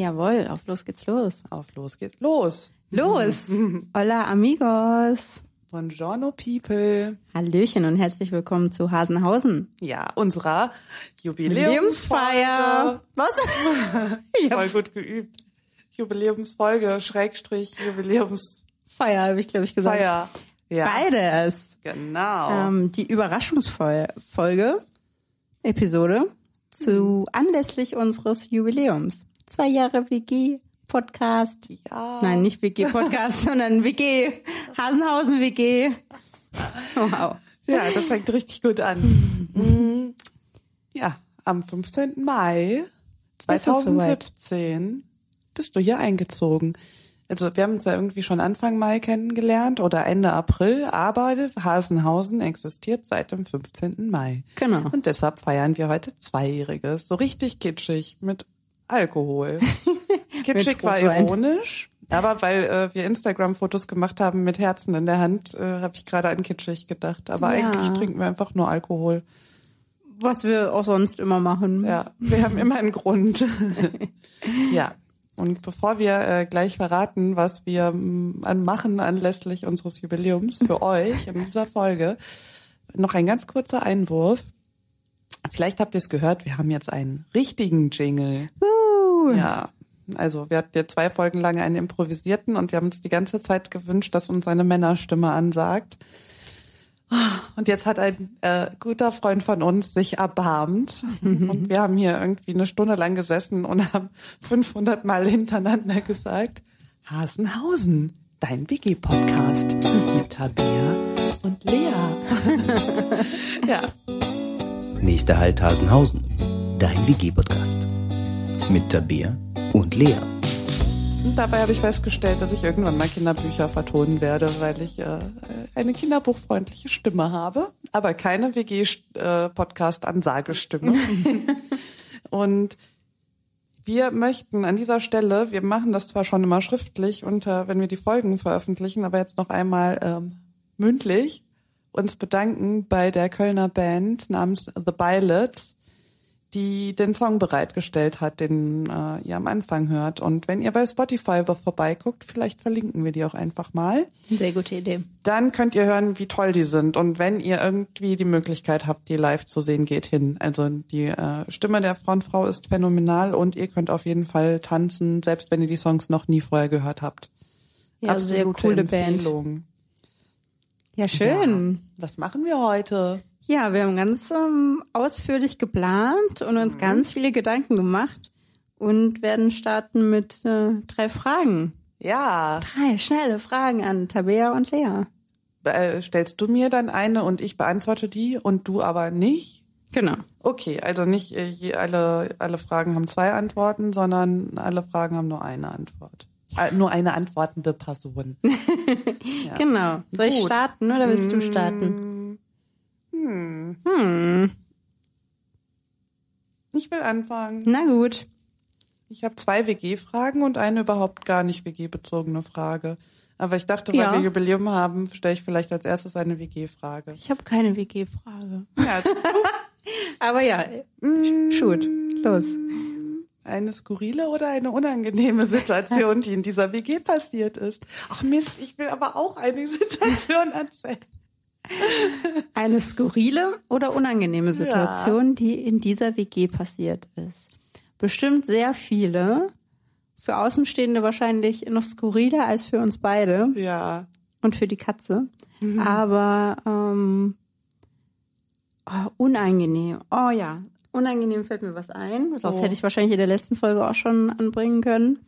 Jawohl, auf los geht's los. Auf los geht's los. Los! Hola amigos! Buongiorno People. Hallöchen und herzlich willkommen zu Hasenhausen. Ja, unserer Jubiläumsfeier. Lebensfeier! Was? Ich hab Voll gut geübt. Jubiläumsfolge, Schrägstrich, Jubiläumsfeier. Feier, habe ich glaube ich gesagt. Ja, Beides. genau. Ähm, die Überraschungsfolge, Episode zu anlässlich unseres Jubiläums. Zwei Jahre WG Podcast. ja. Nein, nicht WG Podcast, sondern WG Hasenhausen WG. Wow. ja, das fängt richtig gut an. Mhm. ja, am 15. Mai Ist es soweit? 2017 bist du hier eingezogen. Also wir haben uns ja irgendwie schon Anfang Mai kennengelernt oder Ende April, aber Hasenhausen existiert seit dem 15. Mai. Genau. Und deshalb feiern wir heute Zweijähriges. So richtig kitschig mit Alkohol. kitschig Mit war Rotwein. ironisch, aber weil äh, wir Instagram-Fotos gemacht haben mit Herzen in der Hand, äh, habe ich gerade an kitschig gedacht. Aber Ja. eigentlich trinken wir einfach nur Alkohol. Was wir auch sonst immer machen. Ja, wir haben immer einen Grund. ja. Und bevor wir äh, gleich verraten, was wir mm, an machen anlässlich unseres Jubiläums für euch in dieser Folge, noch ein ganz kurzer Einwurf. Vielleicht habt ihr es gehört, wir haben jetzt einen richtigen Jingle. Ja. Also wir hatten ja zwei Folgen lang einen improvisierten und wir haben uns die ganze Zeit gewünscht, dass uns eine Männerstimme ansagt. Und jetzt hat ein äh, guter Freund von uns sich erbarmt und wir haben hier irgendwie eine Stunde lang gesessen und haben 500 Mal hintereinander gesagt, Hasenhausen, dein WG-Podcast mit Tabea und Lea. ja, Nächster Halt Hasenhausen, dein WG-Podcast. Mit Tabea und Lea. und dabei habe ich festgestellt, dass ich irgendwann mal Kinderbücher vertonen werde, weil ich äh, eine kinderbuchfreundliche Stimme habe, aber keine äh, WG-Podcast-Ansagestimme. und Wir möchten an dieser Stelle, wir machen das zwar schon immer schriftlich, unter, wenn wir die Folgen veröffentlichen, aber jetzt noch einmal ähm, mündlich uns bedanken bei der Kölner Band namens The Bylets, die den Song bereitgestellt hat, den äh, ihr am Anfang hört. Und wenn ihr bei Spotify vorbeiguckt, vielleicht verlinken wir die auch einfach mal Sehr gute Idee. dann könnt ihr hören, wie toll die sind. Und wenn ihr irgendwie die Möglichkeit habt, die live zu sehen, geht hin. Also die äh, Stimme der Frontfrau ist phänomenal und ihr könnt auf jeden Fall tanzen, selbst wenn ihr die Songs noch nie vorher gehört habt. Ja, sehr coole Band. Empfehlung. Ja, schön. Was machen wir heute? Ja, wir haben ganz ähm, ausführlich geplant und uns ganz viele Gedanken gemacht und werden starten mit äh, drei Fragen. Ja, Drei schnelle Fragen an Tabea und Lea. äh, stellst du mir dann eine und ich beantworte die und du aber nicht? Genau. Okay, also nicht äh, je, alle, alle Fragen haben zwei Antworten, sondern alle Fragen haben nur eine Antwort. Äh, nur eine antwortende Person. Genau. Soll ich Gut. starten oder willst du starten? Ich will anfangen. Na gut. Ich habe zwei WG-Fragen und eine überhaupt gar nicht WG-bezogene Frage. Aber ich dachte, weil Ja. wir Jubiläum haben, stelle ich vielleicht als erstes eine WG-Frage. Ich habe keine WG-Frage. Ja, es ist Aber ja, shoot. Los. eine skurrile oder eine unangenehme Situation, die in dieser WG passiert ist. Ach Mist, ich will aber auch eine Situation erzählen. Eine skurrile oder unangenehme Situation, die in dieser WG passiert ist. Bestimmt sehr viele. Für Außenstehende wahrscheinlich noch skurriler als für uns beide Ja. und für die Katze. Aber ähm, oh, unangenehm. Oh ja, unangenehm fällt mir was ein. Das Oh. hätte ich wahrscheinlich in der letzten Folge auch schon anbringen können.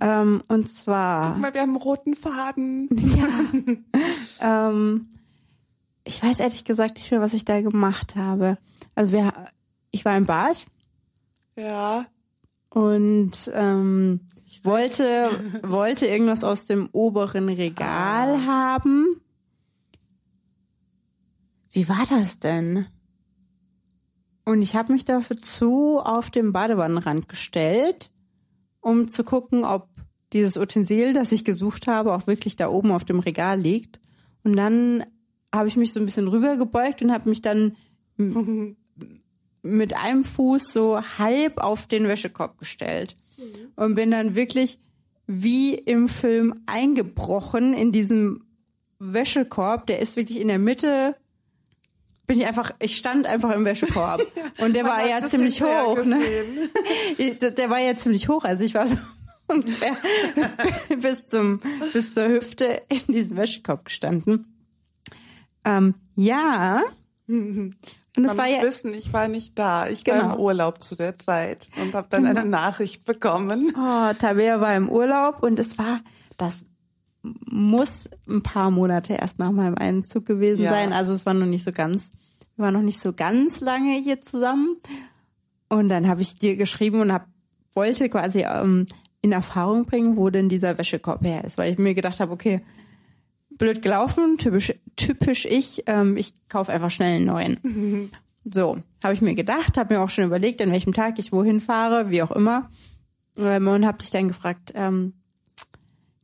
ähm, und zwar. Guck mal, wir haben einen roten Faden. Ja. ähm, ich weiß ehrlich gesagt nicht mehr, was ich da gemacht habe. Also wir, ich war im Bad Ja. und ähm, wollte, wollte irgendwas aus dem oberen Regal haben. Wie war das denn? Und ich habe mich dafür zu auf den Badewannenrand gestellt, um zu gucken, ob dieses Utensil, das ich gesucht habe, auch wirklich da oben auf dem Regal liegt. Und dann habe ich mich so ein bisschen rübergebeugt und habe mich dann m- mit einem Fuß so halb auf den Wäschekorb gestellt. Mhm. und bin dann wirklich wie im Film eingebrochen in diesem Wäschekorb. Der ist wirklich in der Mitte. Bin ich einfach, ich stand einfach im Wäschekorb. Und der Man war hat ja das ziemlich hinterher hoch, ne? gesehen. Der der war ja ziemlich hoch, also ich war so ungefähr bis zum, bis zur Hüfte in diesem Wäschekorb gestanden. Ähm, ja. Und es Man war muss ja, wissen, ich war nicht da. Ich war Genau. im Urlaub zu der Zeit und habe dann eine Nachricht bekommen. Oh, Tabea war im Urlaub und es war, das muss ein paar Monate erst nach meinem Einzug gewesen Ja. sein. Also es war noch nicht so ganz, wir waren noch nicht so ganz lange hier zusammen. Und dann habe ich dir geschrieben und hab, wollte quasi ähm, in Erfahrung bringen, wo denn dieser Wäschekorb her ist, weil ich mir gedacht habe, okay, blöd gelaufen, typisch, typisch ich, ähm, ich kaufe einfach schnell einen neuen. So, habe ich mir gedacht, habe mir auch schon überlegt, an welchem Tag ich wohin fahre, wie auch immer. Ähm, Und habe dich dann gefragt, ähm,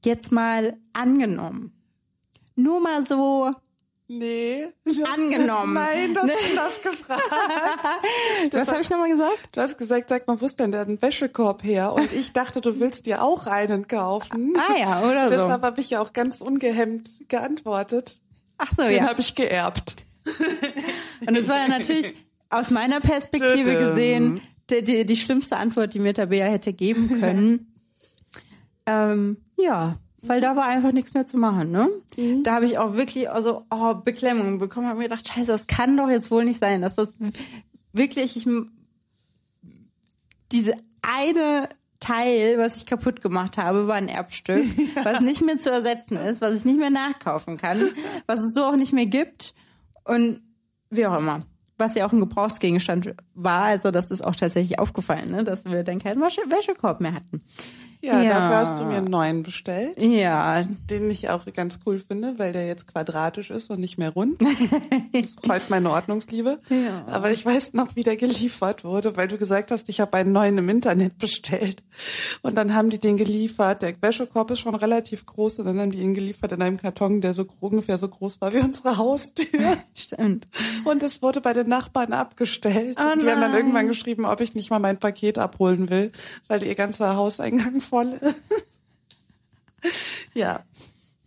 jetzt mal angenommen. Nur mal so, Nee. Angenommen. Nein, du hast nee. das gefragt. was habe ich nochmal gesagt? Du hast gesagt, sag mal, wo ist denn der Wäschekorb her? Und ich dachte, du willst dir auch einen kaufen. Ah ja, oder so. Deshalb habe ich ja auch ganz ungehemmt geantwortet. Ach so, Den Oh ja. habe ich geerbt. Und es war ja natürlich aus meiner Perspektive Tü-tüm. gesehen die, die, die schlimmste Antwort, die mir Tabea hätte geben können. ähm, ja, weil da war einfach nichts mehr zu machen. Ne? Da habe ich auch wirklich also, oh, Beklemmung bekommen. Habe mir gedacht, scheiße, das kann doch jetzt wohl nicht sein, dass das wirklich ich, m- diese eine Teil, was ich kaputt gemacht habe, war ein Erbstück, was nicht mehr zu ersetzen ist, was ich nicht mehr nachkaufen kann, was es so auch nicht mehr gibt und wie auch immer. Was ja auch ein Gebrauchsgegenstand war, also das ist auch tatsächlich aufgefallen, ne? dass wir dann keinen Wasche Wäschekorb mehr hatten. Ja, Ja. dafür hast du mir einen neuen bestellt, Ja, den ich auch ganz cool finde, weil der jetzt quadratisch ist und nicht mehr rund. Das freut meine Ordnungsliebe. Ja. Aber ich weiß noch, wie der geliefert wurde, weil du gesagt hast, ich habe einen neuen im Internet bestellt. Und dann haben die den geliefert. Der Wäschekorb ist schon relativ groß und dann haben die ihn geliefert in einem Karton, der so gro- ungefähr so groß war wie unsere Haustür. stimmt. Und es wurde bei den Nachbarn abgestellt. Oh und die haben dann nein. irgendwann geschrieben, ob ich nicht mal mein Paket abholen will, weil ihr ganzer Hauseingang voll ist. ja,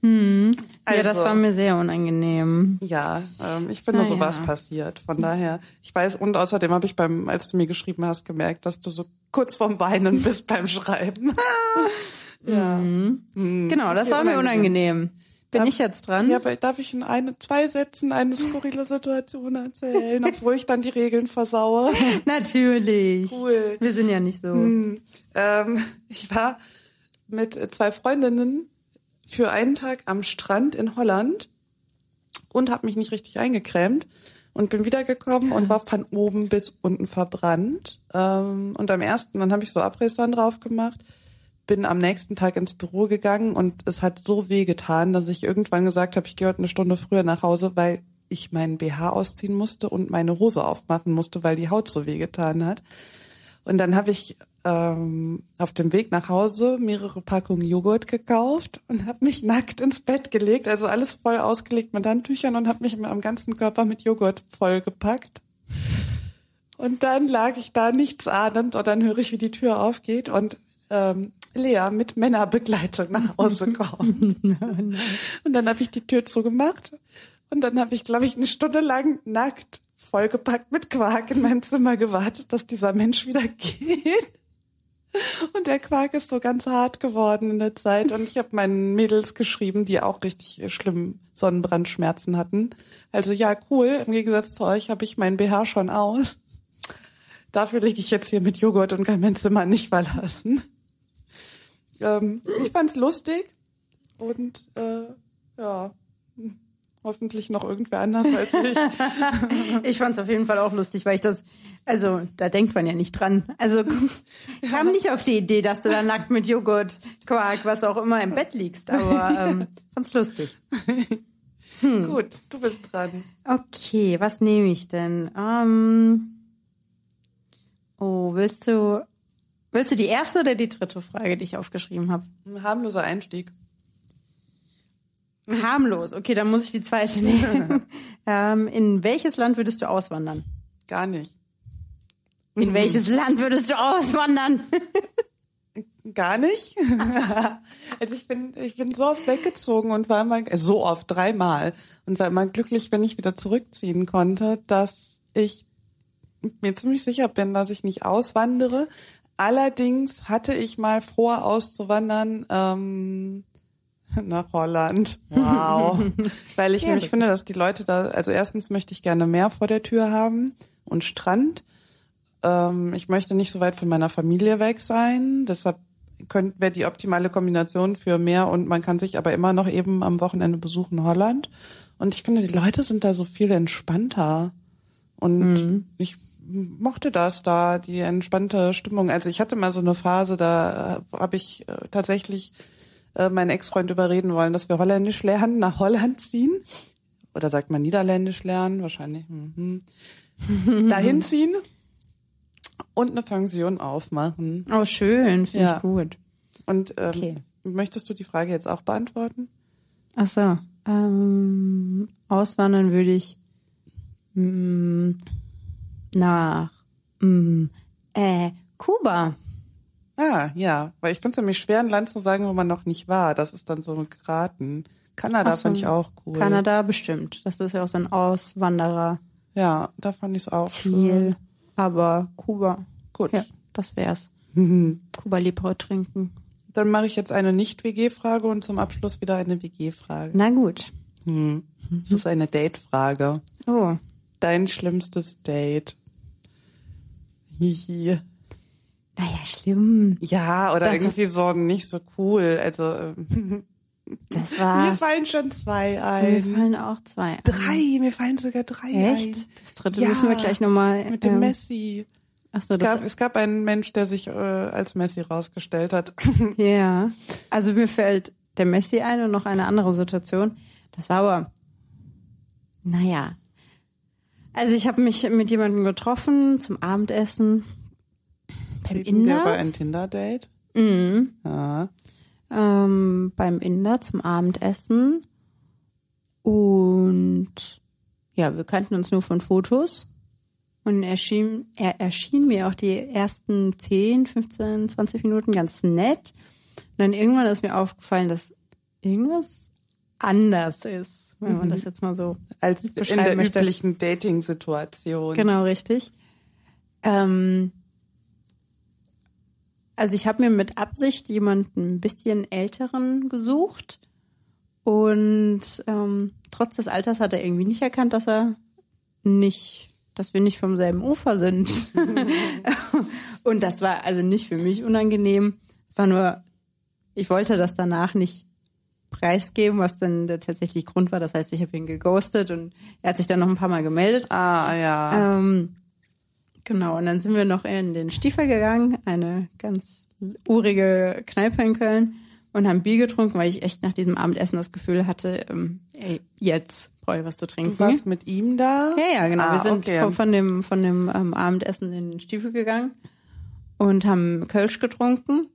Hm. ja, das Also. war mir sehr unangenehm. ja. Ähm, ich finde, Na sowas ja. passiert. Von daher, ich weiß, und außerdem habe ich beim, als du mir geschrieben hast, gemerkt, dass du so kurz vorm Weinen bist beim Schreiben. ja. Genau, das war mir unangenehm. Bin ich jetzt dran? Ja, aber darf ich in eine, zwei Sätzen eine skurrile Situation erzählen, obwohl ich dann die Regeln versaue? Natürlich. Cool. Wir sind ja nicht so. Ähm, ich war mit zwei Freundinnen für einen Tag am Strand in Holland und habe mich nicht richtig eingecremt und bin wiedergekommen und war von oben bis unten verbrannt. Ähm, und am ersten, dann habe ich so Abrissern drauf gemacht, bin am nächsten Tag ins Büro gegangen und es hat so weh getan, dass ich irgendwann gesagt habe, ich gehe heute eine Stunde früher nach Hause, weil ich meinen BH ausziehen musste und meine Hose aufmachen musste, weil die Haut so weh getan hat. Und dann habe ich ähm, auf dem Weg nach Hause mehrere Packungen Joghurt gekauft und habe mich nackt ins Bett gelegt, also alles voll ausgelegt mit Handtüchern und habe mich am ganzen Körper mit Joghurt vollgepackt. Und dann lag ich da nichts ahnend und dann höre ich, wie die Tür aufgeht und ähm, Lea mit Männerbegleitung nach Hause kommt. und dann habe ich die Tür zugemacht und dann habe ich, glaube ich, eine Stunde lang nackt, vollgepackt mit Quark in meinem Zimmer gewartet, dass dieser Mensch wieder geht. Und der Quark ist so ganz hart geworden in der Zeit. Und ich habe meinen Mädels geschrieben, die auch richtig äh, schlimm Sonnenbrandschmerzen hatten. Also ja, cool. Im Gegensatz zu euch habe ich meinen BH schon aus. Dafür liege ich jetzt hier mit Joghurt und kann mein Zimmer nicht verlassen. Ähm, ich fand's lustig und äh, ja, hm, hoffentlich noch irgendwer anders als ich. Ich fand es auf jeden Fall auch lustig, weil ich das, also da denkt man ja nicht dran. Also komm, kam nicht auf die Idee, dass du da nackt mit Joghurt, Quark, was auch immer im Bett liegst, aber ähm, fand's lustig. Gut, du bist dran. Okay, was nehme ich denn? Ähm, oh, willst du, willst du die erste oder die dritte Frage, die ich aufgeschrieben habe? Ein harmloser Einstieg. Harmlos. Okay, dann muss ich die zweite nehmen. ähm, in welches Land würdest du auswandern? Gar nicht. Mhm. In welches Land würdest du auswandern? Gar nicht. also ich bin, ich bin so oft weggezogen und war immer, äh, so oft, dreimal. Und war immer glücklich, wenn ich wieder zurückziehen konnte, dass ich mir ziemlich sicher bin, dass ich nicht auswandere. Allerdings hatte ich mal vor, auszuwandern ähm, nach Holland. Wow. Weil ich Ja, nämlich das- finde, dass die Leute da, also erstens möchte ich gerne Meer vor der Tür haben und Strand. Ähm, ich möchte nicht so weit von meiner Familie weg sein. Deshalb wäre die optimale Kombination für Meer und man kann sich aber immer noch eben am Wochenende besuchen Holland. Und ich finde, die Leute sind da so viel entspannter. Und ich mochte das da, die entspannte Stimmung. Also ich hatte mal so eine Phase, da äh, habe ich äh, tatsächlich äh, meinen Ex-Freund überreden wollen, dass wir Holländisch lernen, nach Holland ziehen. Oder sagt man Niederländisch lernen, wahrscheinlich. Mhm. Dahin ziehen und eine Pension aufmachen. Oh, schön, finde Ja. ich gut. Und ähm, Okay. möchtest du die Frage jetzt auch beantworten? Ach so. Ähm, auswandern würde ich mm, nach mm, äh, Kuba. Ah, ja, weil ich finde es nämlich schwer, ein Land zu sagen, wo man noch nicht war. Das ist dann so geraten. Kanada Ach so, fand ich auch cool. Kanada bestimmt. Das ist ja auch so ein Auswandererziel. Ja, da fand ich es auch schön. Aber Kuba. Gut. Mhm. Ja, das wär's. Kuba Libre trinken. Dann mache ich jetzt eine Nicht-WG-Frage und zum Abschluss wieder eine WG-Frage. Na gut. Hm. Mhm. Das ist eine Date-Frage. Oh. Dein schlimmstes Date. Hihi. Naja, schlimm. Ja, oder Das- irgendwie so nicht so cool. Also ähm, Das mir war. fallen schon zwei Mir ein. fallen auch zwei. ein. Drei, mir fallen sogar drei ein. Mhm. Echt? Das dritte Ja, müssen wir gleich nochmal. Mit dem Messi. Achso, Es gab, das. es gab einen Mensch, der sich äh, als Messi rausgestellt hat. Ja. Also mir fällt der Messi ein und noch eine andere Situation. Das war aber. Naja. Also ich habe mich mit jemandem getroffen zum Abendessen. Beim Reden wir über Inder. ein Tinder-Date. Mhm. Ja. ähm, beim Inder zum Abendessen. Und ja, wir kannten uns nur von Fotos. Und er erschien, er erschien mir auch die ersten 10, 15, 20 Minuten ganz nett. Und dann irgendwann ist mir aufgefallen, dass irgendwas anders ist, wenn man das jetzt mal so Mhm. Als in beschreiben der möchte. üblichen Dating-Situation. Genau, richtig. Ähm, also ich habe mir mit Absicht jemanden ein bisschen älteren gesucht und ähm, trotz des Alters hat er irgendwie nicht erkannt, dass er nicht, dass wir nicht vom selben Ufer sind. und das war also nicht für mich unangenehm. Es war nur, ich wollte das danach nicht preisgeben, was dann der tatsächliche Grund war. Das heißt, ich habe ihn geghostet und er hat sich dann noch ein paar Mal gemeldet. Ah, ja. Ähm, genau, und dann sind wir noch in den Stiefel gegangen, eine ganz urige Kneipe in Köln, und haben Bier getrunken, weil ich echt nach diesem Abendessen das Gefühl hatte, ähm, ey, jetzt brauche ich was zu trinken. du warst mit ihm da? Mhm. Ja, ja, genau. Ah, wir sind okay. von, von dem, von dem ähm, Abendessen in den Stiefel gegangen und haben Kölsch getrunken.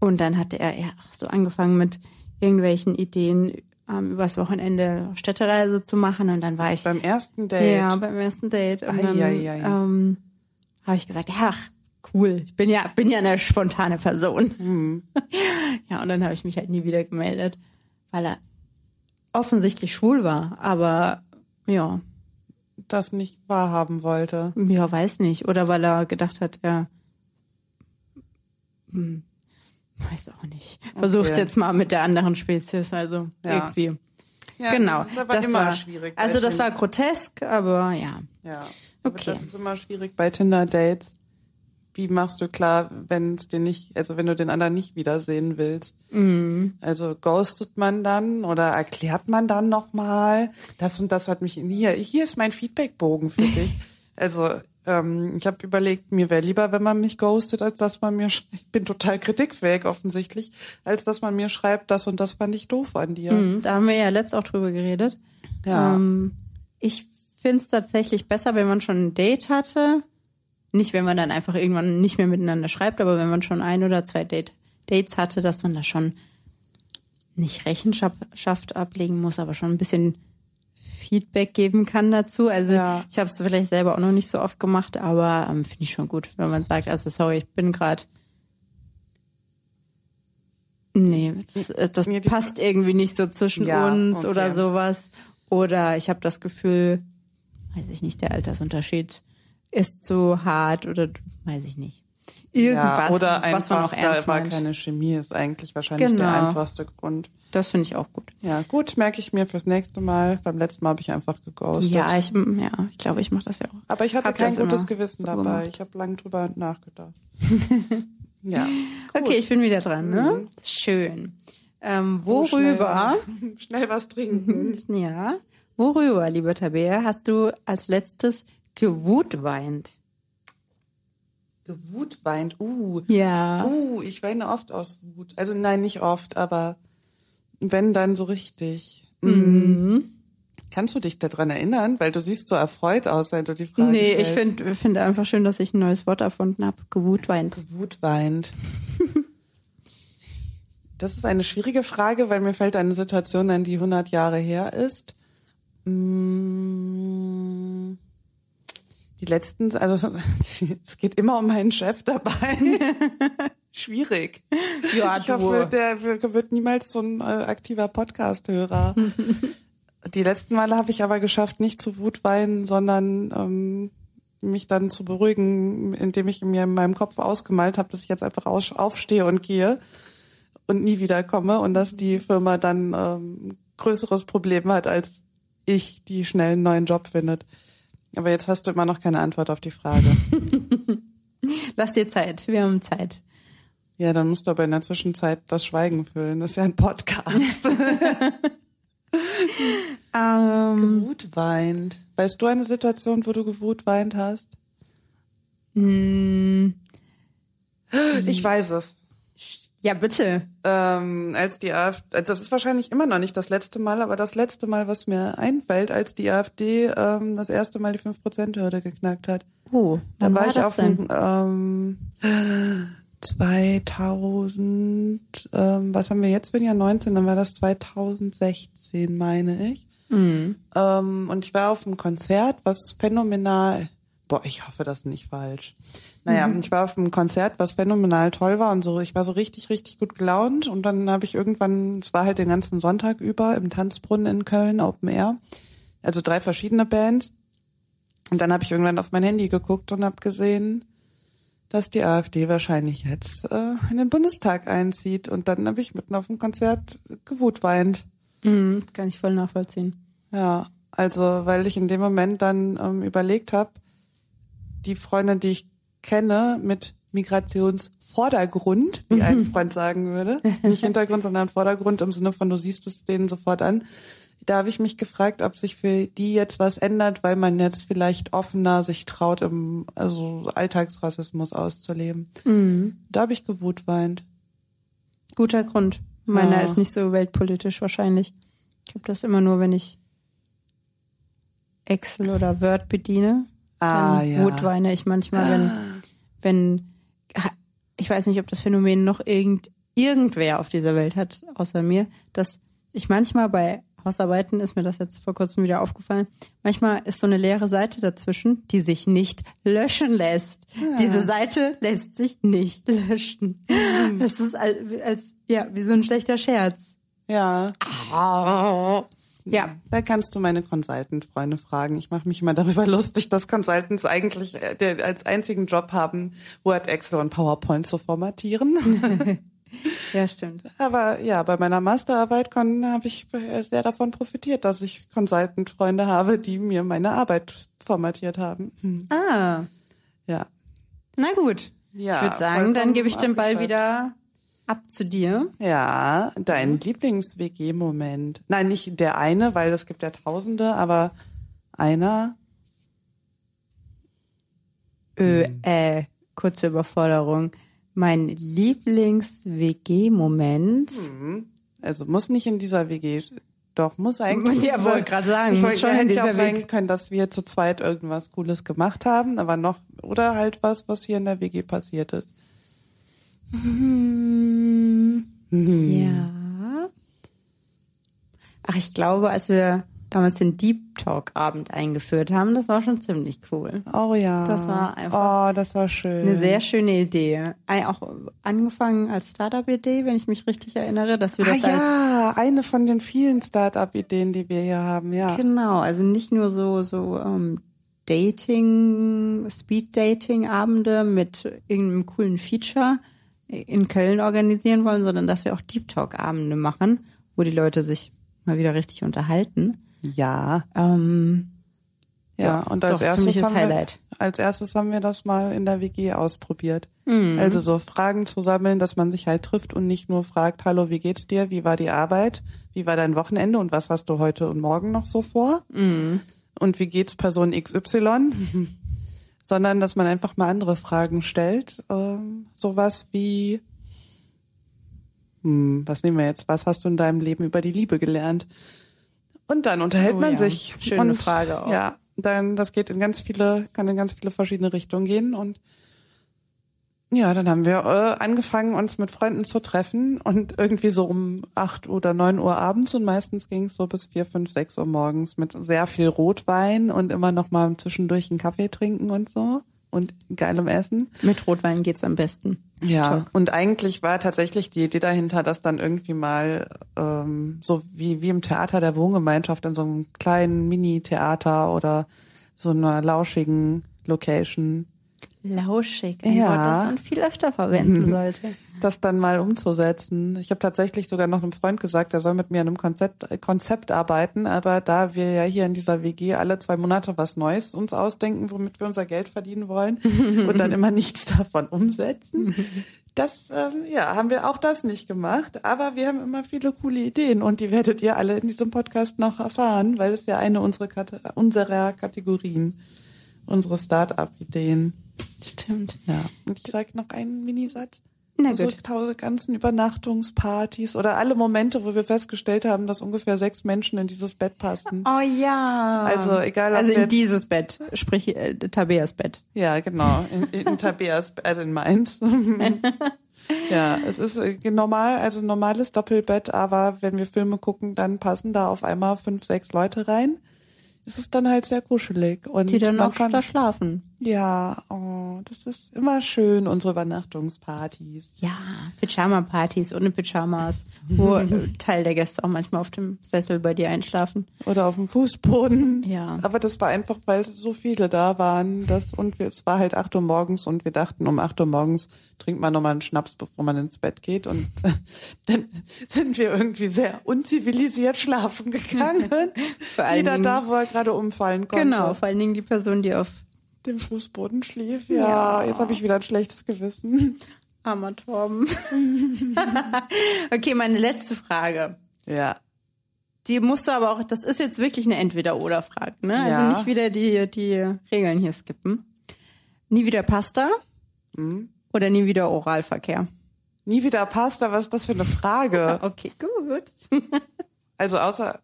Und dann hatte er ja auch so angefangen mit irgendwelchen Ideen, ähm, übers Wochenende Städtereise zu machen. Und dann war ich Beim ersten Date. ja, beim ersten Date. Und Ei, dann ei, ei. ähm, habe ich gesagt, ja, ach, cool, ich bin ja, bin ja eine spontane Person. Mhm. ja, und dann habe ich mich halt nie wieder gemeldet, weil er offensichtlich schwul war. Aber ja, das nicht wahrhaben wollte. ja, weiß nicht. Oder weil er gedacht hat, er hm, weiß auch nicht. Versuch's jetzt mal mit der anderen Spezies, also Ja. irgendwie. Ja, genau. Das ist aber immer war, schwierig. bei Also das war Tinder. grotesk, aber ja. Ja. Aber Okay. Das ist immer schwierig bei Tinder-Dates. Wie machst du klar, wenn es dir nicht, also wenn du den anderen nicht wiedersehen willst? Mhm. Also ghostet man dann oder erklärt man dann nochmal? Das und das hat mich hier, hier ist mein Feedbackbogen für dich. Also ähm, ich habe überlegt, mir wäre lieber, wenn man mich ghostet, als dass man mir, sch- ich bin total kritikfähig offensichtlich, als dass man mir schreibt, das und das fand ich doof an dir. Mhm, Da haben wir ja letzt auch drüber geredet. Ja. Ähm, ich find's tatsächlich besser, wenn man schon ein Date hatte. Nicht, wenn man dann einfach irgendwann nicht mehr miteinander schreibt, aber wenn man schon ein oder zwei Date, Dates hatte, dass man da schon nicht Rechenschaft ablegen muss, aber schon ein bisschen Feedback geben kann dazu. Also Ja. ich habe es vielleicht selber auch noch nicht so oft gemacht, aber ähm, finde ich schon gut, wenn man sagt, also sorry, ich bin gerade Nee, das, äh, das Nee, die- passt irgendwie nicht so zwischen Ja, uns okay. oder sowas. Oder ich habe das Gefühl, weiß ich nicht, der Altersunterschied ist zu hart oder weiß ich nicht. Irgendwas, ja, oder einfach, was man auch ernst da war meint. keine Chemie, ist eigentlich wahrscheinlich der Genau. einfachste Grund. Das finde ich auch gut. Ja, gut, merke ich mir fürs nächste Mal. Beim letzten Mal habe ich einfach geghostet. Ja, ich, ja, ich glaube, ich mache das ja auch. Aber ich hatte Hab kein das gutes immer Gewissen so dabei. gemacht. Ich habe lange drüber nachgedacht. ja. Okay, ich bin wieder dran, ne? Schön. Ähm, worüber, Schnell, schnell was trinken. Mhm. ja, worüber, liebe Tabea, hast du als letztes gewutweint? Wut weint. Uh. Ja. Uh, ich weine oft aus Wut. Also nein, nicht oft, aber wenn dann so richtig. Mhm. Kannst du dich daran erinnern? Weil du siehst so erfreut aus, wenn du die Frage Nee, ich stellst. finde find einfach schön, dass ich ein neues Wort erfunden habe. Gewutweint. Wut weint. Das ist eine schwierige Frage, weil mir fällt eine Situation ein, die 100 Jahre her ist. Mm, Die letzten, also es geht immer um meinen Chef dabei. Schwierig. Ja, ich du. hoffe, der wird niemals so ein äh, aktiver Podcast-Hörer. die letzten Male habe ich aber geschafft, nicht zu Wut weinen, sondern ähm, mich dann zu beruhigen, indem ich mir in meinem Kopf ausgemalt habe, dass ich jetzt einfach aus aufstehe und gehe und nie wiederkomme und dass die Firma dann ähm, größeres Problem hat, als ich, die schnell einen neuen Job findet. Aber jetzt hast du immer noch keine Antwort auf die Frage. Lass dir Zeit. Wir haben Zeit. Ja, dann musst du aber in der Zwischenzeit das Schweigen füllen. Das ist ja ein Podcast. Ähm, Gewut weint. Weißt du eine Situation, wo du gewut weint hast? mh, Ich weiß es. ja, bitte. Ähm, als die AfD, das ist wahrscheinlich immer noch nicht das letzte Mal, aber das letzte Mal, was mir einfällt, als die AfD ähm, das erste Mal die 5%-Hürde geknackt hat. Oh, Da wann war, war ich das auf denn? dem ähm, 2000, ähm, was haben wir jetzt für ein Jahr 19? Dann war das 2016, meine ich. Mhm. Ähm, und ich war auf einem Konzert, was phänomenal, boah, ich hoffe, das ist nicht falsch. Naja, Mhm. ich war auf einem Konzert, was phänomenal toll war und so, ich war so richtig, richtig gut gelaunt und dann habe ich irgendwann, es war halt den ganzen Sonntag über im Tanzbrunnen in Köln, Open Air, also drei verschiedene Bands. Und dann habe ich irgendwann auf mein Handy geguckt und habe gesehen, dass die AfD wahrscheinlich jetzt äh, in den Bundestag einzieht. Und dann habe ich mitten auf dem Konzert gewut weint. Mhm, kann ich voll nachvollziehen. Ja, also weil ich in dem Moment dann ähm, überlegt habe, die Freundin, die ich kenne, mit Migrationsvordergrund, wie ein Freund sagen würde, nicht Hintergrund, sondern Vordergrund im Sinne von, du siehst es denen sofort an. Da habe ich mich gefragt, ob sich für die jetzt was ändert, weil man jetzt vielleicht offener sich traut, im also Alltagsrassismus auszuleben. Da habe ich gewut weint. Guter Grund. Meiner Ja. ist nicht so weltpolitisch wahrscheinlich. Ich habe das immer nur, wenn ich Excel oder Word bediene. Ah, dann ja. Wutweine ich manchmal, wenn, wenn, ha- ich weiß nicht, ob das Phänomen noch irgend, irgendwer auf dieser Welt hat, außer mir, dass ich manchmal bei Hausarbeiten, ist mir das jetzt vor kurzem wieder aufgefallen, manchmal ist so eine leere Seite dazwischen, die sich nicht löschen lässt. Diese Seite lässt sich nicht löschen. Das ist als, als, ja, wie so ein schlechter Scherz. Ja. Ja, Da kannst du meine Consultant-Freunde fragen. Ich mache mich immer darüber lustig, dass Consultants eigentlich äh, der, als einzigen Job haben, Word, Excel und PowerPoint zu formatieren. ja, stimmt. Aber ja, bei meiner Masterarbeit kon- habe ich äh, sehr davon profitiert, dass ich Consultant-Freunde habe, die mir meine Arbeit formatiert haben. Hm, Ah, Ja. na gut. Ja, ich würde sagen, dann vollkommen gebe ich den Ball abgeschaltet. wieder ab zu dir. Ja, dein Lieblings-WG-Moment. Nein, nicht der eine, weil es gibt ja tausende, aber einer. Ö, Hm. äh, kurze Überforderung. Mein Lieblings-WG-Moment. Also muss nicht in dieser WG. Doch, muss eigentlich. Ja, wollte gerade sagen, Ich wollte schon schon hätte in ja auch dieser sagen WG. können, dass wir zu zweit irgendwas Cooles gemacht haben, aber noch, oder halt was, was hier in der WG passiert ist. Hm. Ja. Ach, ich glaube, als wir damals den Deep Talk Abend eingeführt haben. Das war schon ziemlich cool. Oh ja. Das war einfach Oh, das war schön. Eine sehr schöne Idee. Ei- Auch angefangen als Startup-Idee, wenn ich mich richtig erinnere, dass wir ah, das als ja, eine von den vielen Start-up-Ideen, die wir hier haben, ja. Genau, also nicht nur so, so ähm, Dating, Speed-Dating-Abende mit irgendeinem coolen Feature in Köln organisieren wollen, sondern dass wir auch Deep Talk-Abende machen, wo die Leute sich mal wieder richtig unterhalten. Ja. Ähm, Ja, Ja, und als doch, erstes, ziemliches haben Highlight. Wir, als erstes haben wir das mal in der WG ausprobiert. Mhm. Also so Fragen zu sammeln, dass man sich halt trifft und nicht nur fragt, hallo, wie geht's dir, wie war die Arbeit, wie war dein Wochenende und was hast du heute und morgen noch so vor Mhm. und wie geht's Person XY, sondern dass man einfach mal andere Fragen stellt. Ähm, sowas wie, hm, was nehmen wir jetzt, was hast du in deinem Leben über die Liebe gelernt? Und dann unterhält Oh man ja, sich. schöne und, Frage auch. Ja, dann das geht in ganz viele, kann in ganz viele verschiedene Richtungen gehen und ja, dann haben wir äh, angefangen, uns mit Freunden zu treffen und irgendwie so um 8 oder 9 Uhr abends und meistens ging es so bis 4, 5, 6 Uhr morgens mit sehr viel Rotwein und immer noch mal zwischendurch einen Kaffee trinken und so und geilem Essen. mit Rotwein geht's am besten. Ja, und eigentlich war tatsächlich die Idee dahinter, dass dann irgendwie mal ähm, so wie, wie im Theater der Wohngemeinschaft in so einem kleinen Mini-Theater oder so einer lauschigen Location, Lauschig. Ein Ja. Wort, das man viel öfter verwenden sollte. das dann mal umzusetzen. Ich habe tatsächlich sogar noch einem Freund gesagt, der soll mit mir an einem Konzept, äh, Konzept arbeiten, aber da wir ja hier in dieser WG alle zwei Monate was Neues uns ausdenken, womit wir unser Geld verdienen wollen und dann immer nichts davon umsetzen, das ähm, ja, haben wir auch das nicht gemacht, aber wir haben immer viele coole Ideen und die werdet ihr alle in diesem Podcast noch erfahren, weil es ja eine unserer, Kate unserer Kategorien, unsere Start-up-Ideen. Stimmt. Ja. Und ich sage noch einen Minisatz. Na so gut. tausend ganzen Übernachtungspartys oder alle Momente, wo wir festgestellt haben, dass ungefähr sechs Menschen in dieses Bett passten. Oh ja. Also egal, ob Also in jetzt- dieses Bett, sprich äh, Tabeas Bett. Ja, genau. In, in Tabeas, also in Mainz. ja, es ist äh, normal, also ein normales Doppelbett, aber wenn wir Filme gucken, dann passen da auf einmal fünf, sechs Leute rein. Es ist dann halt sehr kuschelig. Und Die dann man auch kann, da schlafen. Ja, oh, das ist immer schön, unsere Übernachtungspartys. Ja, Pyjama-Partys ohne Pyjamas, wo äh, Teil der Gäste auch manchmal auf dem Sessel bei dir einschlafen. Oder auf dem Fußboden. Ja. Aber das war einfach, weil so viele da waren. Das, und wir, es war halt 8 Uhr morgens und wir dachten, um 8 Uhr morgens trinkt man nochmal einen Schnaps, bevor man ins Bett geht. Und dann sind wir irgendwie sehr unzivilisiert schlafen gegangen. Vor allen Jeder Dingen- da, wo er gerade umfallen konnte. Genau, vor allen Dingen die Person, die auf Dem Fußboden schlief. Ja, jetzt habe ich wieder ein schlechtes Gewissen. Armer Torben. okay, meine letzte Frage. Ja. Die musst du aber auch, das ist jetzt wirklich eine Entweder-Oder-Frage, ne? Also Ja. nicht wieder die, die Regeln hier skippen. Nie wieder Pasta oder nie wieder Oralverkehr. Nie wieder Pasta, was ist das für eine Frage? Okay, gut. Also außer,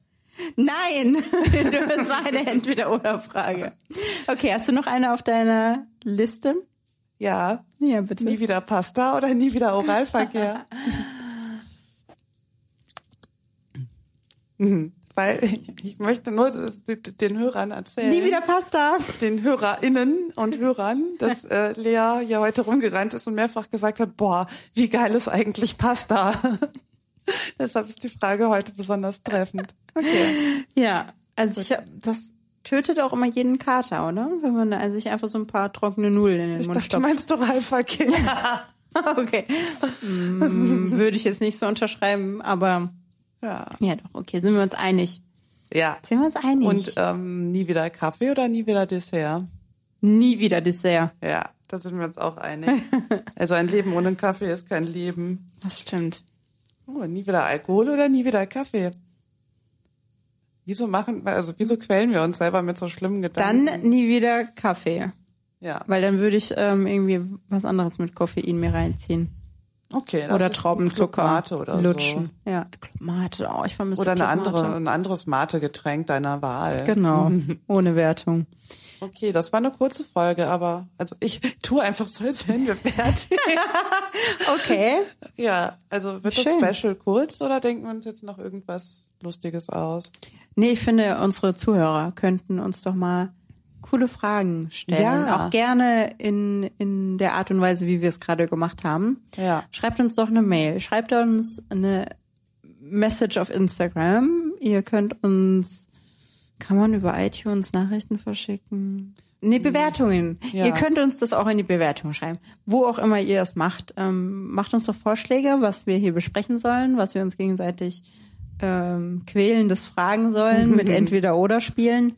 Nein, das war eine Entweder-Oder-Frage. Okay, hast du noch eine auf deiner Liste? ja, Ja, bitte. nie wieder Pasta oder nie wieder Oralverkehr. Mhm. Weil ich, ich möchte nur das- den Hörern erzählen, Nie wieder Pasta. den HörerInnen und Hörern, dass äh, Lea ja heute rumgerannt ist und mehrfach gesagt hat, boah, wie geil ist eigentlich Pasta? Deshalb ist die Frage heute besonders treffend. Okay. Ja, also ich hab, das tötet auch immer jeden Kater, oder? Wenn man da sich einfach so ein paar trockene Nudeln in den Ich Mund dachte, du stopft. meinst Oralverkehr. Okay. mm, würde ich jetzt nicht so unterschreiben, aber Ja. ja doch, okay, sind wir uns einig. ja. Sind wir uns einig? Und ähm, nie wieder Kaffee oder nie wieder Dessert? nie wieder Dessert. Ja, da sind wir uns auch einig. Also ein Leben ohne Kaffee ist kein Leben. Das stimmt. Oh, nie wieder Alkohol oder nie wieder Kaffee. Wieso machen wir, also wieso quälen wir uns selber mit so schlimmen Dann Gedanken? nie wieder Kaffee. ja. Weil dann würde ich ähm, irgendwie was anderes mit Koffein mir reinziehen. Okay, das oder ist Traubenzucker Clubmate oder so. lutschen. Ja, Club Mate, oh, ich vermisse Oder eine Club Mate. andere, ein anderes Mate-Getränk deiner Wahl. Genau, ohne Wertung. Okay, das war eine kurze Folge, aber also ich tue einfach so, als wären wir fertig. Okay. ja, also wird Schön. das Special kurz oder denken wir uns jetzt noch irgendwas Lustiges aus? Nee, ich finde, unsere Zuhörer könnten uns doch mal coole Fragen stellen. Ja. Auch gerne in, in der Art und Weise, wie wir es gerade gemacht haben. Ja. Schreibt uns doch eine Mail. Schreibt uns eine Message auf Instagram. Ihr könnt uns, kann man über iTunes Nachrichten verschicken? Nee, Bewertungen. Ja. Ihr könnt uns das auch in die Bewertung schreiben. Wo auch immer ihr es macht. Ähm, macht uns doch Vorschläge, was wir hier besprechen sollen, was wir uns gegenseitig ähm, quälendes Fragen sollen mit Entweder-Oder-Spielen. Ähm,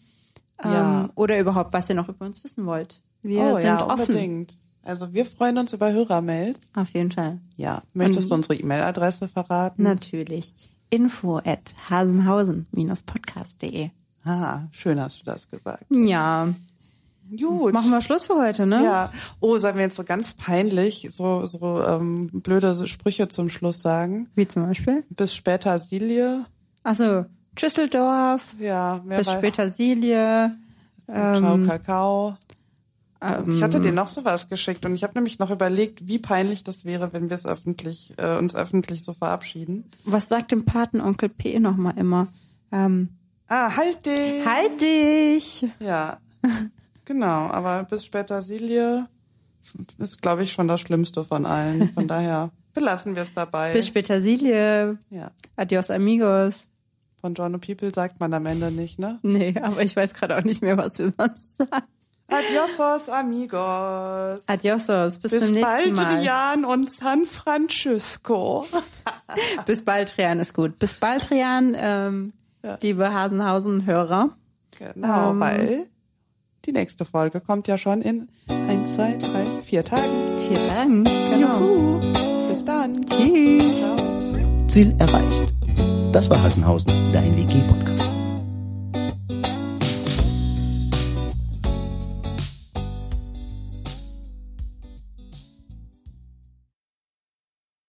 Ja. Oder überhaupt, was ihr noch über uns wissen wollt. Wir oh sind ja, offen. unbedingt. Also wir freuen uns über Hörermails. Auf jeden Fall. Ja. Möchtest du Mhm. unsere E-Mail-Adresse verraten? Natürlich. Info at hasenhausen-podcast.de. Ah, schön hast du das gesagt. Ja, Gut. machen wir Schluss für heute, ne? Ja. Oh, sollen wir jetzt so ganz peinlich so, so ähm, blöde Sprüche zum Schluss sagen? Wie zum Beispiel? Bis später, Silie. Also, Tschüsseldorf, Ja, mehr bis weiß- später ähm, Silie. Ciao, Kakao. ich ähm, hatte dir noch sowas geschickt und ich habe nämlich noch überlegt, wie peinlich das wäre, wenn wir es öffentlich, äh, uns öffentlich so verabschieden. Was sagt dem Patenonkel P nochmal immer? Ähm, Ah, halt dich! halt dich! Äh. Ja, genau. Aber bis später, Silie, ist, glaube ich, schon das Schlimmste von allen. Von daher belassen wir es dabei. Bis später Silie. ja. Adios amigos. Von John People sagt man am Ende nicht, ne? Nee, aber ich weiß gerade auch nicht mehr, was wir sonst sagen. Adiosos, amigos. Adiosos, bis, Bis Äh, zum bald, nächsten Mal. Jan und San Francisco. Bis Baldrian ist gut. Bis Baldrian, ähm, Ja. liebe Hasenhausen-Hörer. Genau, Ähm. weil die nächste Folge kommt ja schon in eins, zwei, drei, vier Tagen. Vielen Dank. Genau. Juhu. Bis dann. Tschüss. Ciao. Ziel erreicht. Das war Hassenhausen, dein WG-Podcast.